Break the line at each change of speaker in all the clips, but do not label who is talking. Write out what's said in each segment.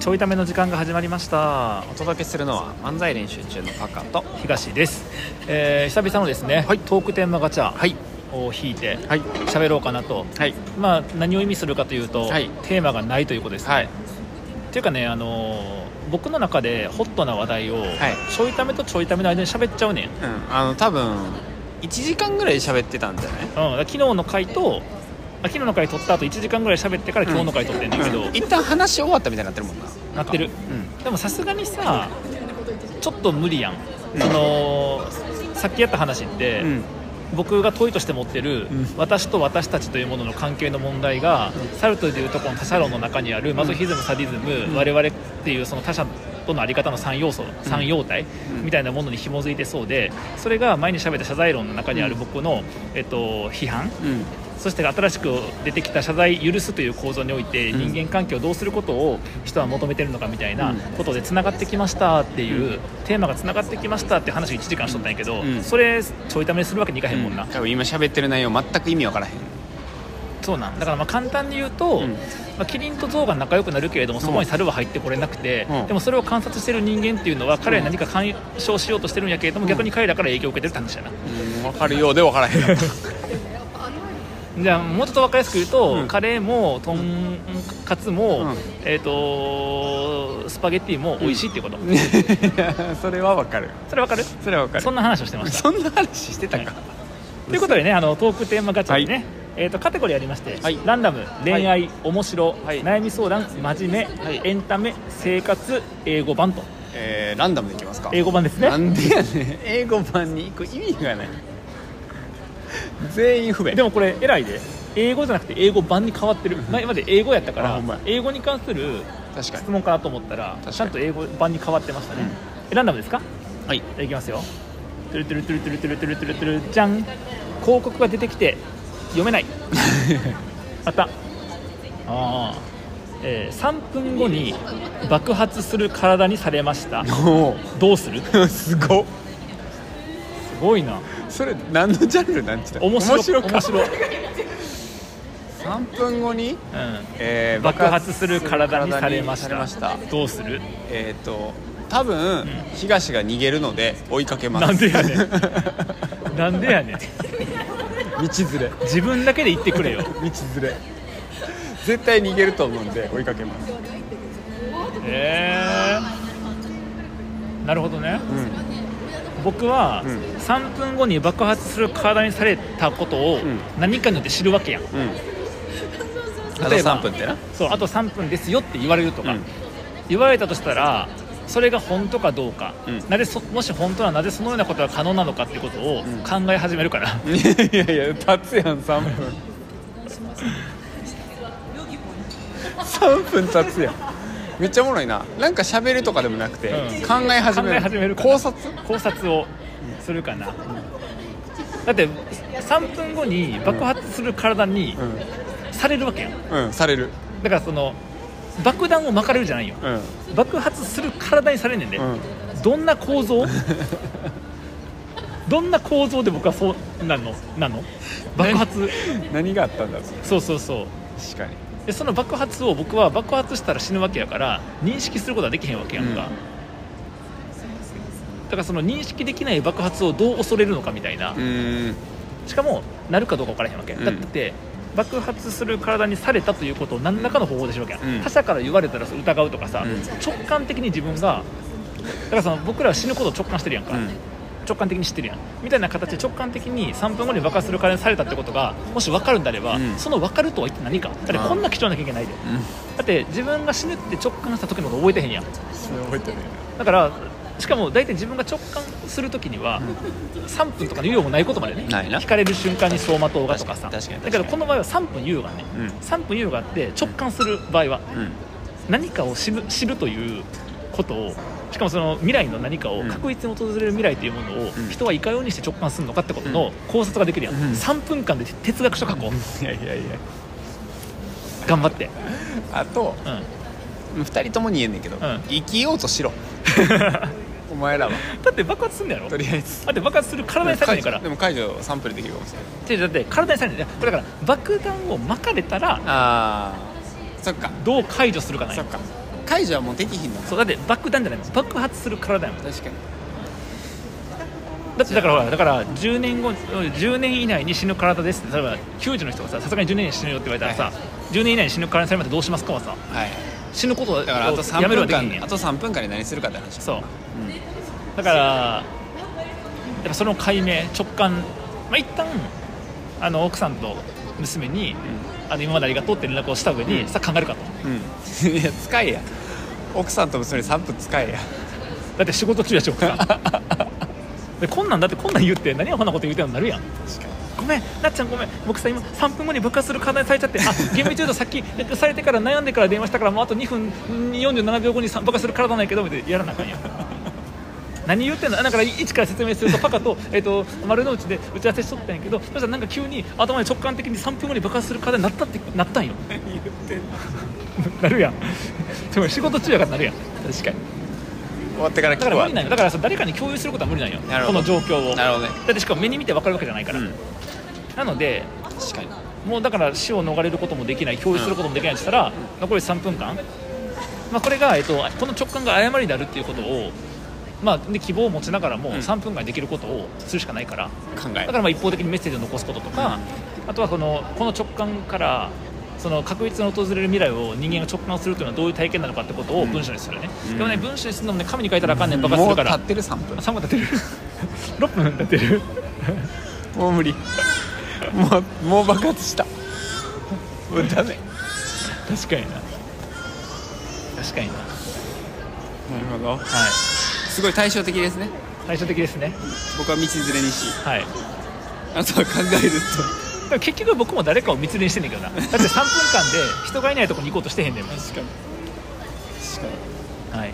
ちょいための時間が始まりました
お届けするのは漫才練習中のパカと
東です、えー久々のですね、
はい
トークテーマガチャ
はい
を引いて
はい
喋ろうかなと、
はい
まあ何を意味するかというと、
はい
テーマがないということですね、
はい
っていうかねあのー僕の中でホットな話題を、ちょいためとちょいための間に喋っちゃうねん、うん、
うんあの多分1時間ぐらい喋ってたんじゃない
だから昨日の回とあ昨日の回撮った後1時間ぐらい喋ってから今日の回撮ってんだけど、
一旦話し終わったみたいになってるもんな
なってる
うん
でもさすがにさちょっと無理やん、
うん
あのーさっきやった話って、
うん
僕が問いとして持ってる、
うん
私と私たちというものの関係の問題が、サルトルでいうとこの他者論の中にあるマゾヒズムサディズム、我々っていうその他者とのあり方の3要素、三様態
うん
みたいなものに紐づいてそうでそれが前に喋った謝罪論の中にある僕の、えっと、批判
うん
そして新しく出てきた謝罪許すという構造において
うん
人間関係をどうすることを人は求めてるのかみたいな
うん
ことでつながってきましたっていうテーマがつながってきましたって話を1時間しとったんやけど
うん
それちょいためにするわけにいかへんもんな、
うん多分今喋ってる内容全く意味わからへん
そうなんだからまあ簡単に言うと、
うん
まあ、キリンとゾウが仲良くなるけれどもそこに猿は入ってこれなくて、
うん
でもそれを観察してる人間っていうのは彼らに何か干渉しようとしてるんやけれども、逆に彼らから影響を受けてるって話やな
うん分かるようで分からへんかった
じゃあもうちょっと分かりやすく言うと、
うん
カレーもとんかつも、
うん
えっ、とスパゲッティも美味しいっていうこと、
それは分かる
それ分かる
それは分か
そんな話をしてま
る
した
そんな話してたか
ということでねあのトークテーマガチャでね、
はい
えー、とカテゴリーありまして、
はい
ランダム恋愛、
は
面白、
はい
悩み相談真面目、
はい
エンタメ生活英語版と
えーランダムでいきますか
英語版ですね
なんでやねん英語版に行く意味がない全員不便
でもこれ偉いで英語じゃなくて英語版に変わってる前まで英語やったか
あ
ら
ほんまや
英語に関する
確か
質問かなと思ったら
かに
ちゃんと英語版に変わってましたね、えランダムですか
にはい
じゃあいきますよトゥルトゥルトゥルトゥルトゥルトゥルトゥルトゥルじゃん広告が出てきて読めないまたああー、えー、3分後に爆発する体にされました
お
どうするす
おすごっ
ごいな
それ何のジャンルなんちだ
面白
か
面白い、
3分後に、
うん、
えー
爆発する体にされまし
爆
た
発されました
どうする
えっ、と多分、東が逃げるので追いかけます
なんでやね なんでやねん
道連れ
自分だけで言ってくれよ、
道連れ絶対逃げると思うんで追いかけます、
えー、なるほどね
うん、
僕は
うん
3分後に爆発する体にされたことを
ん
何かによって知るわけやん、
うんあと
例えば
3分ってな
そうあと3分ですよって言われるとか、
うん
言われたとしたらそれが本当かどうか、
うん
なぜそもし本当ならなぜそのようなことが可能なのかってことを考え始めるから、
いやいや立つやん3分3分経つやんめっちゃおもろいななんか喋るとかでもなくて、
うん
考え始め
考
る
え始めるかな
考察
考察をするかな、だって3分後に爆発する体に
う
されるわけやんだ
ん、うん、される
からその爆弾を巻かれるじゃないよ
うん
爆発する体にされんねんで、
うん
どんな構 造どんな構造で僕はそうなんのなの爆発
何があったんだろう
そうそうそう
確かに
でその爆発を僕は爆発したら死ぬわけやから認識することはできへんわけやんか、
うん
だからその認識できない爆発をどう恐れるのかみたいな、
うーん
しかもなるかどうか分からへんわけ、
うん
だって爆発する体にされたということを何らかの方法でしょうけ、
うん
他者から言われたらそう疑うとかさ、
うん
直感的に自分がだからその僕らは死ぬことを直感してるやんか、
うん
直感的に知ってるやんみたいな形で直感的に3分後に爆発する体にされたってことがもし分かるんであれば、
うん
その分かるとは一体何かだって
ああ
こんな貴重な経験ないで
うん
だって自分が死ぬって直感した時のこと覚えてへんやん
それ覚えてね
だからしかも大体自分が直感するときには3分とかの猶予もないことまでね
ないな
引かれる瞬間に走馬灯がとかさ
確かに確かに
だけどこの場合は3分猶予がね、
うん
3分猶予があって直感する場合は
えなうん
何かを知る知るということをしかもその未来の何かを
うん
確実に訪れる未来というものを
ん
人はいかようにして直感するのかってことの考察ができるやん、
うん
3分間で哲学書書こう
いやいやいや
頑張って、
あと
うん、
2人ともに言えんねんけど、
ん
生きようとし ろお前らは
だって爆発するんだやろ
とりあえず
だって爆発する体にされないから
でも解除サンプルできるかもしれない
違うだって体にされないこれだから爆弾を巻かれたら
ああそっか
どう解除するかない
そっか解除はもうできひんのか
そうだって爆弾じゃないの爆発する体やもん
確かに
だってだからほらだから10年後10年以内に死ぬ体ですって例えば救助の人がささすがに10年に死ぬよって言われたらさ、
はい
10年以内に死ぬ体にされまたどうしますかはさ
はい
死ぬことを
だからあと3
やめるはで
分
きんや
間
ん
あと3分間で何するかって話
そう、だからやっぱその解明直感、まあ、一旦あの奥さんと娘に、あの今までありがとうって連絡をした上に、
うん
さあ考えるかと
うん いや使えや奥さんと娘3分使えや
だって仕事中やし奥さんでこん なんだってこんなん言って何がこんなこと言うてんのなるやん
確か
ごめんなっちゃんごめん僕さ今3分後に爆発する課題されちゃってあ厳密に言うとさっきされてから悩んでから電話したからもうあと2分47秒後にさ爆発する体ないけどみたいなやらなあかんやん何言ってんのあだから一から説明するとパカと,、えっと丸の内で打ち合わせしとったんやけどそしたらなんか急に頭に直感的に3分後に爆発する課題になったってなったんよ
に言ってん の
なるやんでも仕事中やからなるやん
確かに終わってから
だか
聞く
ら無
わ
理なんよだからさ誰かに共有することは無理なんよ
なる
こ
ほど
の状況を
なるほどね
だってしかも目に見て分かるわけじゃないから、
うん
なので
確かに
もうだから死を逃れることもできない共有することもできないって言ったら、残り3分間、まあ、これが、えっと、この直感が誤りであるっていうことを、まあ、で希望を持ちながらも
うん
3分間できることをするしかないから、
考
だ
え
からまあ一方的にメッセージを残すこととか、あとはこのこの直感からその確実に訪れる未来を人間が直感するというのはどういう体験なのかってことを文章にするよね、
うん
でもね文章にするのもね紙に書いたらあかんねんバカす
も
る
う
か
立
ら
ってる3分
3分経ってる 6分経ってる
もう無理もうもう爆発したもうダメ
確かにな確かになは
なるほど
い
すごい対照的ですね
対照的ですね
僕は道連れにし
はい
あとは考える
でも結局僕も誰かを密連してんねんけどなだって3分間で人がいないとこに行こうとしてへんねんもん
と確かに確かに
はい、
はい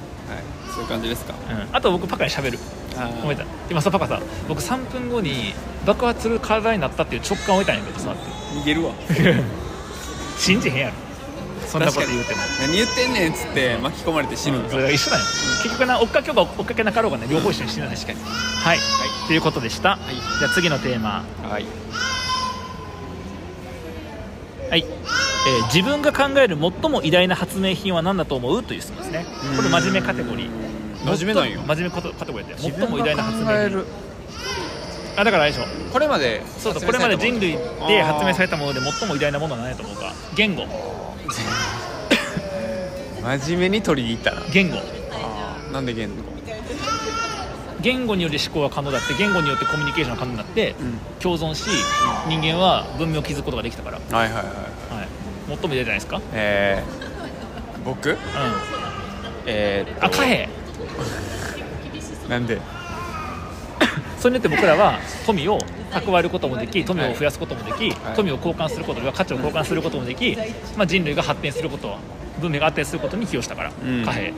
そういう感じですか
うん、あと僕パカに喋る
あ
ごめんなさい今さパカさ僕3分後に爆発する体になったっていう直感を得たんやけどさっ
逃げるわ
て信じへんやろそんなこと言うても
何言ってんねんっつって巻き込まれて死ぬ
う
ん
ん
か
それが一緒なんよ結局な追っかけようが追っかけなかろうがね両方一緒に死ぬ確かにはい、ということでした、
い
じゃあ次のテーマ
はい
はい、えー自分が考える最も偉大な発明品は何だと思うという質問ですねこれ真面目カテゴリー
真面目なんよ
真面目カテゴリーで最も偉大な発明
自分が考え
品
る
あだからあれでしょ
これまで
そうそうこれまで人類で発明された
た
もので最も偉大なものは何だと思うか言語
真面目に取りに行ったな
言語
あーなんで言語
言語により思考は可能だって言語によってコミュニケーションが可能になって、
う
共存し人間は文明を築くことができたから、は
はいはいはい
い、最も偉大じゃないですか、うん、
えー、僕
あ
えーっと
貨幣
なんで
それによって僕らは富を蓄えることもでき富を増やすこともでき、
はい
富を交換すること要は価値を交換することもでき、まあ、人類が発展すること文明が発展することに寄与したから、
うん
貨幣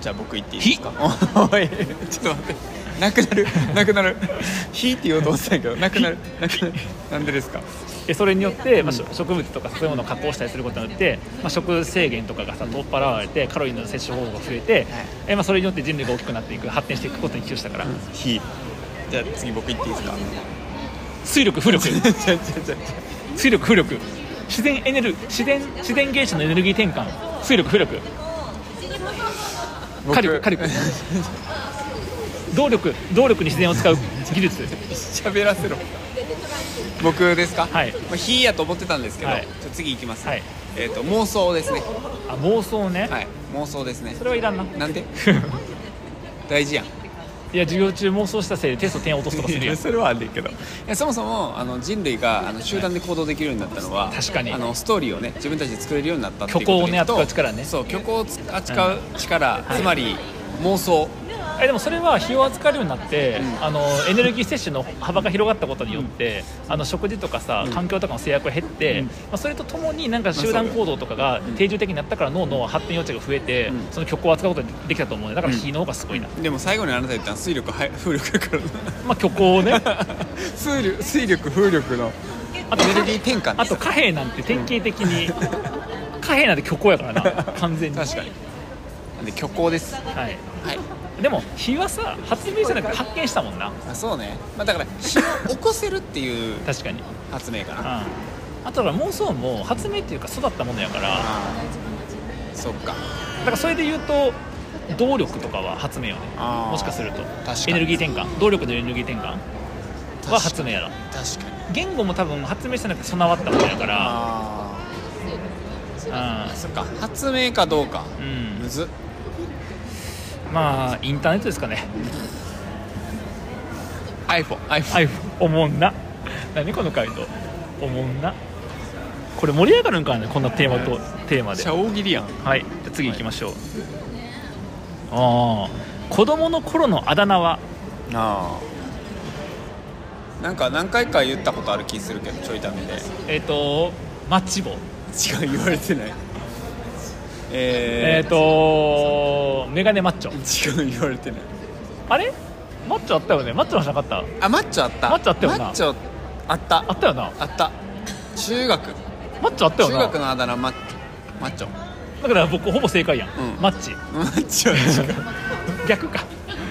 じゃあ僕言っていいですかおいちょっと待ってなくなるなくなる「ひ」って言おうと思ってたんやけどなくなるなくなるなんでですか
えそれによって、まあ、しょ植物とかそういうものを加工したりすることによって、まあ、食制限とかがさ取っ払われてカロリーの摂取方法が増えて、えまあ、それによって人類が大きくなっていく発展していくことに寄与したから、
「ひ」じゃあ次僕言っていい ですか
水力浮力
じゃあじゃあじゃあじゃ
水力浮力自然エネル自然自然現象のエネルギー転換水力浮力
あ
火力火力動力動力に自然を使う技術
喋らせろ僕ですか
はい
まあ「ひ」やと思ってたんですけど、
はい
じゃあ次いきます、
はい
えーっと妄想ですね
あ妄想ね、
はい妄想ですね
それはいらんな
な んで大事やん
いや授業中妄想したせいでテスト点落とすとかする
い
よ
や それはあんねんけどいやそもそもあの人類があの集団で行動できるようになったのは
確かに
あのストーリーをね自分たちで作れるようになったっていう
虚構を
こと
ね
でいくと
扱う力ね
そう虚構をつ扱う力、つまり妄想
えでもそれは日を扱えるようになって、
うん
あのエネルギー摂取の幅が広がったことによって、あの食事とかさ環境とかの制約が減って、
うん
まあ、それとともになんか集団行動とかが定住的になったから脳の発展余地が増えて、
うん
その虚構を扱うことができたと思うねだから日の方がすごいな、
でも最後にあなた言ったのは水力はい 風力だから
まあ虚構 をね
な水力水力風力の
あと
エネルギー転換で
あ
す
と貨幣なんて典型的に貨幣なんて虚構やから な完全に
確かになんで虚構ですは
はい、
い
でも日はさ発明じゃなくて発見したもんな
あそうね、まあ、だから火を起こせるっていう
確かに、うん、
発明かな
あとは妄想も発明っていうか育ったものやから
あそっか
だからそれで言うと動力とかは発明よね
あー
もしかすると
かに
エネルギー転換動力のエネルギー転換は発明やら
確かに
言語も多分発明してなくて備わったものやから
あ
あ
あそっか発明かどうか
うん、うん
むずっ
まあインターネットですかね
iPhoneiPhone
はいおもんな何この回答おもんなこれ盛り上がるんかなこんなテーマとテーマで
シャオギリやん
はいじゃあ次行きましょう、ああ子供の頃のあだ名は
ああなんか何回か言ったことある気するけどちょいためで
えっ、とマッチ棒
違う言われてない
え
え
っ、とメガネマッチョ
ー違う言われてない
あれマッチョあったよねマッチョの話なかった
あマッチョあった
マッチョあったよな
マッチョあった
あったよな
あった中学
マッチョあったよ
中
な
学のあだ名マッマッチョ
だから僕ほぼ正解やん、
うん
マッチ
マッチョは違う
逆か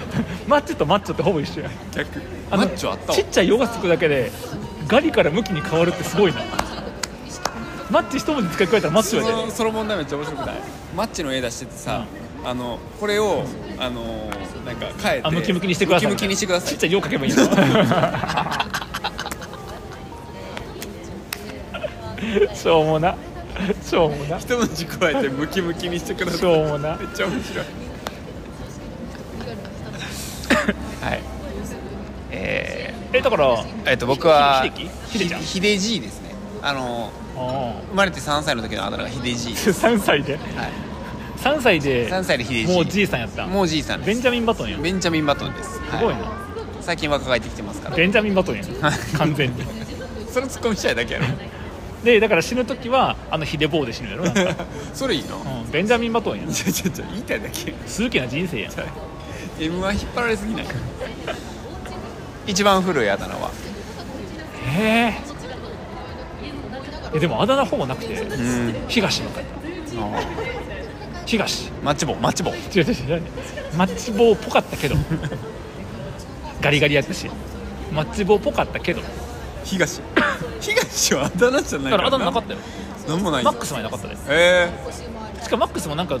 マッチとマッチョってほぼ一緒や
逆
あ
マ
の
ッチョあったわ
ちっちゃい「よ」がつくだけでガリから向きに変わるってすごいなマッチ一文字使い換えたらマッチョや
そのその問題めっちゃ面白くないマッチの絵出しててさ、あのこれをあのーなんか変えて
であムキムキにしてください
ムキムキにしてくださ
ち
い
っちゃい「よ」書けばいい のしょうもなしょうもな
一文字加えてムキムキにしてくだ
し
さい
ょうもな
めっちゃ面白いはいえ
えだから
ーえっと僕は
ひできひでちゃん
ひひでじいですねあの
あ
生まれて3歳の時のあだ名がひでじい、
あ3歳で
はい、
3歳で
3歳でひでじい
もうじいさんやった
もうじいさんで
ベ
す
ンジャミン・バトンやんす
ベンジャミン・バトンです、はい
ごいな
最近若返ってきてますから
ベンジャミン・バトンやん
はい
完全に
それツッコミしたいだけやろ
でだから死ぬ時はあのヒデボーで死ぬやろなんか、
それいいの
うん、ベンジャミン・バトンやん
ちょちょちょ言いたいだけ
数奇な人生やん
M は引っ張られすぎない一番古いあだ名は
へえでもあだ名ほぼなくて
ん
東の方東
マッチ棒マッチ棒
違う違う違うマッチ棒っぽかったけどガリガリやったしマッチ棒っぽかったけどだ
東 東はあだ名じゃない
からあだ名なか
な
ったよ
なんもない
マックスまでなかったで
え
しかもマックスもなんか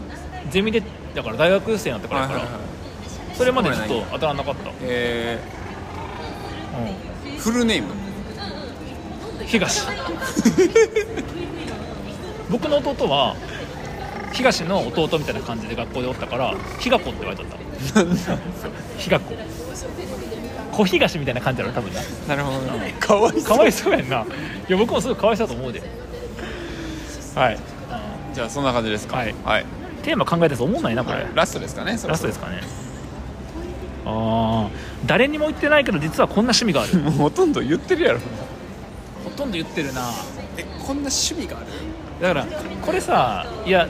ゼミでだから大学生になって
ー、
から
はい
や
は
か
い
ら、
はい
それまでちょっとあだ名なかった、
えー、フルネーム
東 僕の弟は東の弟みたいな感じで学校でおったから日が子って言われとった日が子小東みたいな感じだろ多分な
なるほどかわい
か
そう
わいそうやんないや僕もすごいかわいそうだと思うではい
じゃあそんな感じですか
はい
はい、
テーマ考えたやつ思んないなこれ
ラストですかねそろ
ラス
そ
ト
ろ
ですかねああ誰にも言ってないけど実はこんな趣味がある
もうほとんど言ってるやろ
ほとんど言ってるな
えこんな趣味がある
だからこれさいや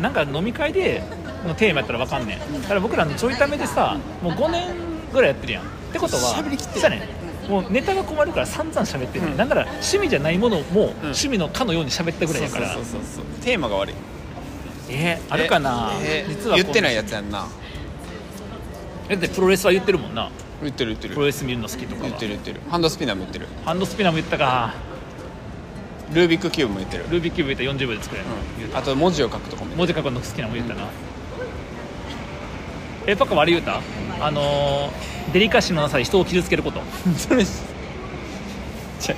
なんか飲み会でのテーマやったらわかんねんだから僕らのちょいためでさもう5年ぐらいやってるやんってことは
喋りきってる
そうやねんもうネタが困るから散々喋ってる、ね
うん
ん、だから趣味じゃないものも趣味のかのように喋ったぐらいやから、
そうそうそうそうテーマが悪い
えーあるかな、
えー
実はこう
言ってないやつやんな
だってプロレスは言ってるもんな
言ってる言ってる
プロレス見るの好きとか
言
は
ってる言ってるハンドスピナーも言ってる
ハンドスピナーも言ったか
ルービックキューブも言ってる、
ルービックキューブ言ったら40秒で作れるの、言う
あと文字を書くとこも言っ
文字書くの好きなもん言ったな、えパカ悪い言うたあのーデリカシーのなさで人を傷つけること
てるそれじゃ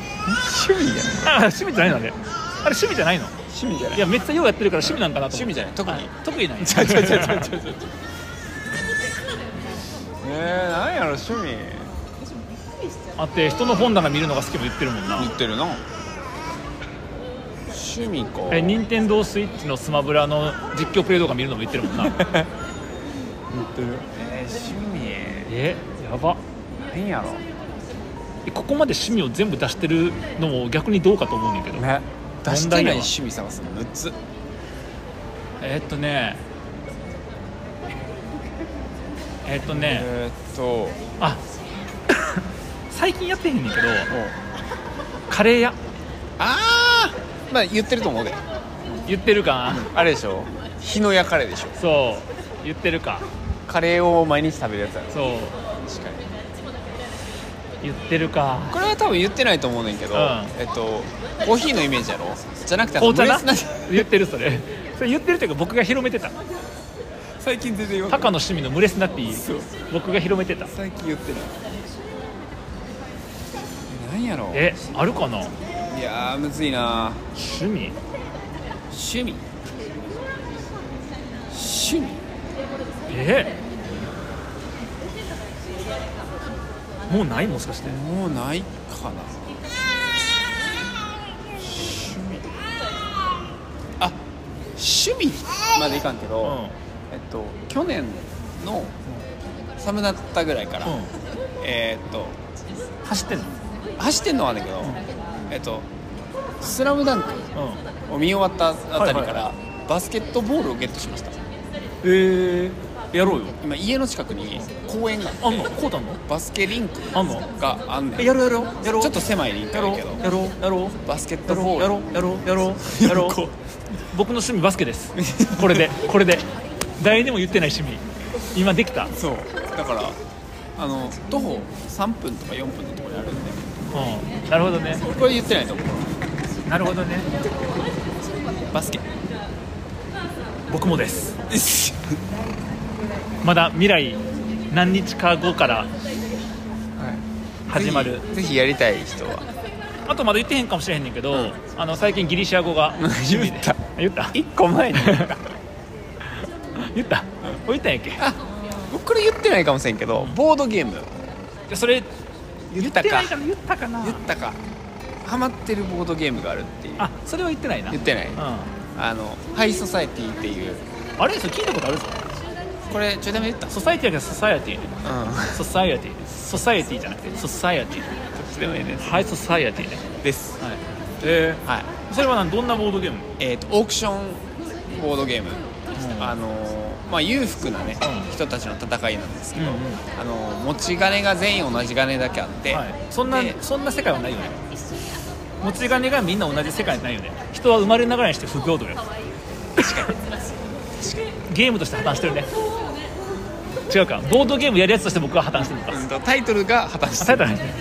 趣味や
あ趣味じゃないのあれあれ趣味じゃないの
趣味じゃない
いやめっちゃようやってるから趣味なんかなと思って
趣味じゃない特に
あ特にない
ちゃちゃちゃちゃちゃちゃ えー、何やろ趣味
あって人の本棚見るのが好きも言ってるもんな
言ってるな趣味か
え任天堂スイッチのスマブラの実況プレイ動画見るのも言ってるもんな
言ってるえー、趣
えやば
味何やろ
えここまで趣味を全部出してるのも逆にどうかと思うねんだけど、
ね出してな
問題
い
やわ
趣味探すの6つ
えーっとねえーっとね
えー、っと
あ最近やってへんねんけどカレー屋
ああまあ言ってると思うで
言ってるか
あれでしょ日の焼カレーでしょ
そう言ってるか
カレーを毎日食べるやつやろ
そう
確かに
言ってるか
これは多分言ってないと思うねんけど、
うん
えっとコーヒーのイメージやろじゃなくてあの
紅茶な
無理すな
言ってるそれそれ言ってるというか僕が広めてた
最近全然言わ
タ
ない
カの趣味のムレスナっていう
そう
僕が広めてた
最近言ってない何やろ
えあるかない
やーむずいな
趣味
趣味趣味
えもうないもしかして
もうないかな趣味あ趣味までいかんけど、
うん
えっと去年の寒なったぐらいから、えーっと
走ってんの
走ってんのはあんだけど、えっと「スラムダンク
うん
を見終わったあたりから、
はいは
バスケットボールをゲットしました
えー、やろうよ
今家の近くに公園があって
あんのこうたんの
バスケリンク
あんの
があんねん
えやろうやろうやろう
ちょっと狭いリンク
や
や
ろう
けど
やろうやろう
バスケット
やろ
ボー
う
ル
やろうやろうやろ うやろう
こ
僕の趣味バスケですこれでこれで誰にも言ってない趣味今できた、うん、
そうだからあの徒歩3分とか4分のところにあるんで
なるほどね
これ言ってないと思う
なるほどね
バスケ
僕もですまだ未来何日か後から始まる
ぜひやりたい人は
あとまだ言ってへんかもしれへんねんけど、あの最近ギリシア語が趣味で
言った
言った
1個前に
言った言ったんやっけ
あ僕これ言ってないかもしれんけどボードゲーム
でそれ
言った
言ってな
か
いから言ったかな
言ったかハマってるボードゲームがあるっていう
あそれは言ってないな
言ってない
うん、
あのハイソサエティっていう
あれそれ聞いたことあるぞ
これちょいだめ言った
ソサエティやけどソサエティね
う
ソサエティソサエティじゃなくてソサエティ
んどっちでもいいです
はいソサエティね
です
はいえ
はい
ー、それはなんどんなボードゲーム
えー、とオークションボードゲーム、あのーまあ、裕福な、ね
うん
人たちの戦いなんですけど、
うんうん
あのー持ち金が全員同じ金だけあって、
はい、そんな
で
そんな世界はないよね持ち金がみんな同じ世界ないよね人は生まれながらにして不平等よゲームとして破綻してるね違うかボードゲームやるやつとして僕は破綻してるのか
うんとタイトルが果たし
与
て
えた
る
らね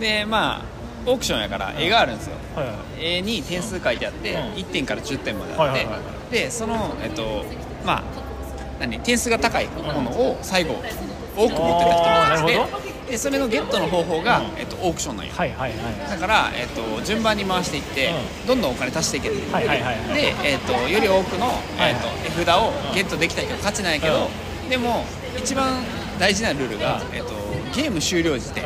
でまあオークションやから絵があるんですよ、
はいはい
絵に点数書いてあって、
うん
1点から10点まであって、
はいはいはいは
でそのえっ、とまあ何点数が高いものを最後多く持ってた人
あーなる
が
ほ
ででそれのゲットの方法が、えっとオークションなんよ
はいはいはい
だから、えっと順番に回していって、どんどんお金足していける、
はいはいはいはい
で、えっとより多くの、
い
えっと絵札をゲットできた人は勝ちなんやけど、でも一番大事なルールが、えっとゲーム終了時点、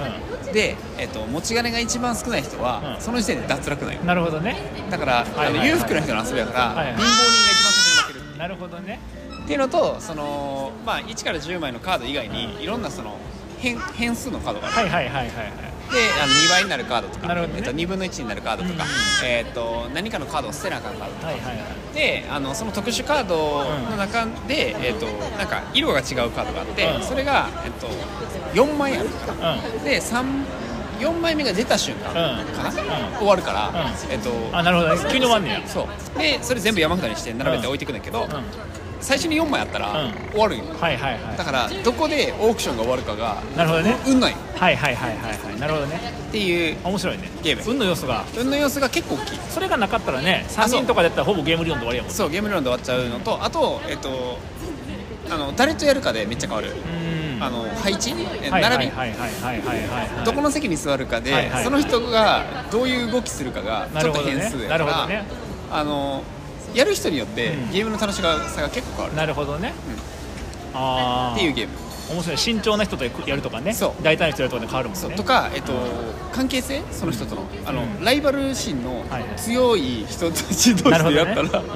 で、えっと持ち金が一番少ない人は、
うん
その時点で脱落なんよ
なるほどね
だから、
いはいはい
あの裕福な人の遊びやから、
はいはい
貧乏人が一番最初に負ける
なるほどね
っていうのとその、まあ、1から10枚のカード以外にいろんなその変変数のカードがある
はいはいはいはいはい
であの2倍になるカードとか、
なるほどね
えっと、2分の1になるカードとか、えっと何かのカードを捨てなあかんカードとか
はいはいはい
であのその特殊カードの中で、えっとなんか色が違うカードがあって、
うん
それが、えっと4枚あるから
う
で三4枚目が出た瞬間
うん
かな、
うん
終わるから、
う
えっと
んあなるほどね急に終わんねや
そうでそれ全部山札にして並べて置いていくんだけど、
うん
最初に4枚あったら、
うん
終わるんよ
はいはいは
だからどこでオークションが終わるかが
いなるほどね
運ない
はいはいはいはいはいなるほどね
っていう
面白いね
ゲーム
運の要素が
運の様子が結構大きい
それがなかったらね
あ
3
そう
人とかだったらほぼゲーム理論で終わりやもん
そうゲーム理論で終わっちゃうのとあとえっとあの誰とやるかでめっちゃ変わる、
うん
あの配置、え
はい
並び、
はいはいはいはいはいはい
どこの席に座るかで、
はいはい
その人がどういう動きするかが
な
ち
る
ょっ
ほ
と
どね
変数やから、
なるほどね
あのやる人によって、
うん
ゲームの楽しさが結構変わる
なるほどね、ああ
っていうゲーム、
面白い慎重な人とやるとかね
そう
大胆な人とやるとかで変わるもんね
そうとか、えっと、関係性その人とのあの、
うん
ライバル心の
はいはい
強い人たち同
なる
士
ほ
で
ど
や
ね
ったら、
うん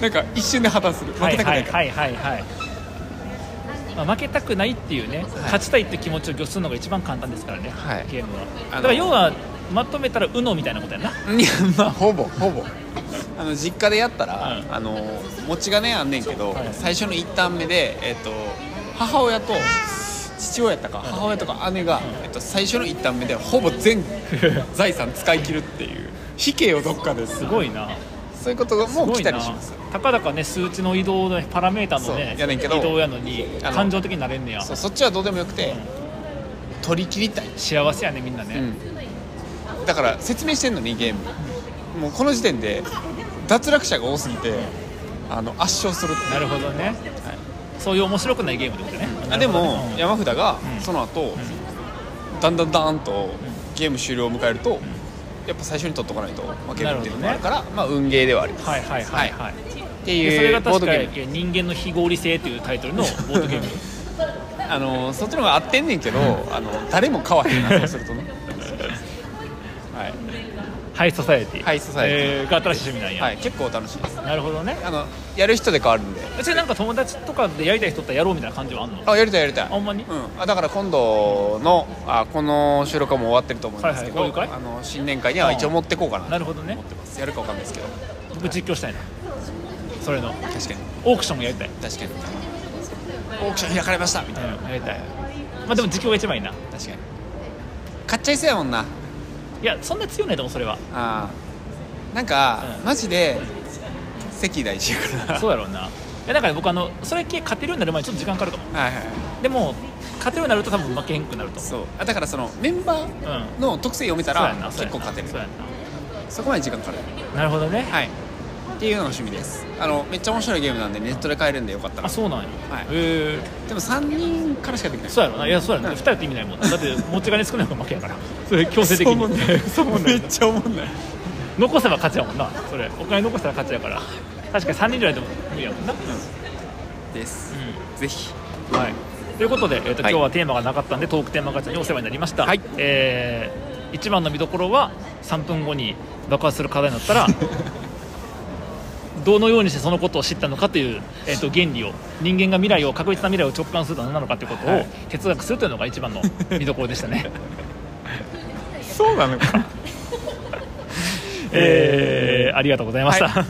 なんか一瞬で破綻する負
は
け
い
たく
は
ないいから、
はいはいはいまあ、負けたくないっていうね、勝ちたいって気持ちを御するのが一番簡単ですからね、
はい
ゲームは
あ
だ
の
から要はまとめたら UNO みたいなことやない
やまあほぼほぼあの実家でやったら、
うん
あの持ち金あんねんけど、
はい
最初の一旦目で、えっと母親と父親やったか、母親とか姉が、えっと最初の一旦目でほぼ 全財産使い切るっていう死刑をどっかです
すごいな
そういうことがもう
すご
来
い
た
な
りします
たかだかね数値の移動のパラメータのね
そうやねんけど
移動やのに
あの
感情的になれんねや
そうそっちはどうでもよくて、
うん
取り切りたい、
幸せやねみんなね、
だから説明してんのにゲームもうこの時点で脱落者が多すぎてあの圧勝するっていう
なるほどね、そういう面白くないゲームってことね
あでも
なるほどね
山札が
うん
その後、だんだんだんとゲーム終了を迎えると、やっぱ最初に取っとかないと負けるっていうのもあるからまあ、運ゲーではあります、
はいはいはいはい、
って
で
いう
それが
ボー
確
ド
か
ゲー
「
ム
人間の非合理性」というタイトルのボードゲーム
あのそっちの方が合ってんねんけどあの誰も買わへんなそうす るとねはい
ハイソサエティ
ハイソサエテ
えーが新しい趣味なんや、
はい、結構楽しいです
なるほどね
あのやる人で変わるんで
それなんか友達とかでやりたい人ってやろうみたいな感じはあんの
あやりたいやりたい
ほんまに
うん、あだから今度のあこの収録はもう終わってると思うんですけど、
はいはい
あの新年会には一応持ってこうかな
なるほどね
思ってますやるかわかんないですけど
僕実況したいなそれの
確かに
オークションもやりたい、
確かにオークション開かれましたみたい
うん、やりたいまあでも実況が一番いいな
な確かに買っちゃいそうやもんない
やそんな強いないと思うそれ は
あーなんか、
うん
マジで席大事やから
そうやろうないやだから僕あのそれ系勝てるようになる前にちょっと時間かかるかも
はいはい
でも勝てるようになると多分負けへんくなると思う
そうあだからそのメンバー
うん
の特性読めた
そうや
ら
なそうや
結
な
構勝てる
そうや
そこまで時間かかる
ななるほどね
はいっていうのが趣味ですあのめっちゃ面白いゲームなんでネットで買えるんでよかったら
あそうなんや、
はい
え
でも3人からしかできない
そうやろないやそうやろな
うん
2人って意味ないもんなだって持ち金少ない方が負けやからそれ強制的
そうもんね
にそうもんね
めっちゃおもんない
残せば勝ちやもんなそれお金残したら勝ちやから確かに3人じゃないと無理やもんな、
です
うん
ぜひ
はい、ということで、えーと
はい
今日はテーマがなかったんでトークテーマガチャにお世話になりました、
はい
えー一番の見どころは3分後に爆発する課題にな ったらどのようにしてそのことを知ったのかという、えー、と原理を人間が未来を確実な未来を直感するとは何なのかということを、
はい
哲学するというのが一番の見どころでした ね、
そうなのか
えーありがとうございました、
は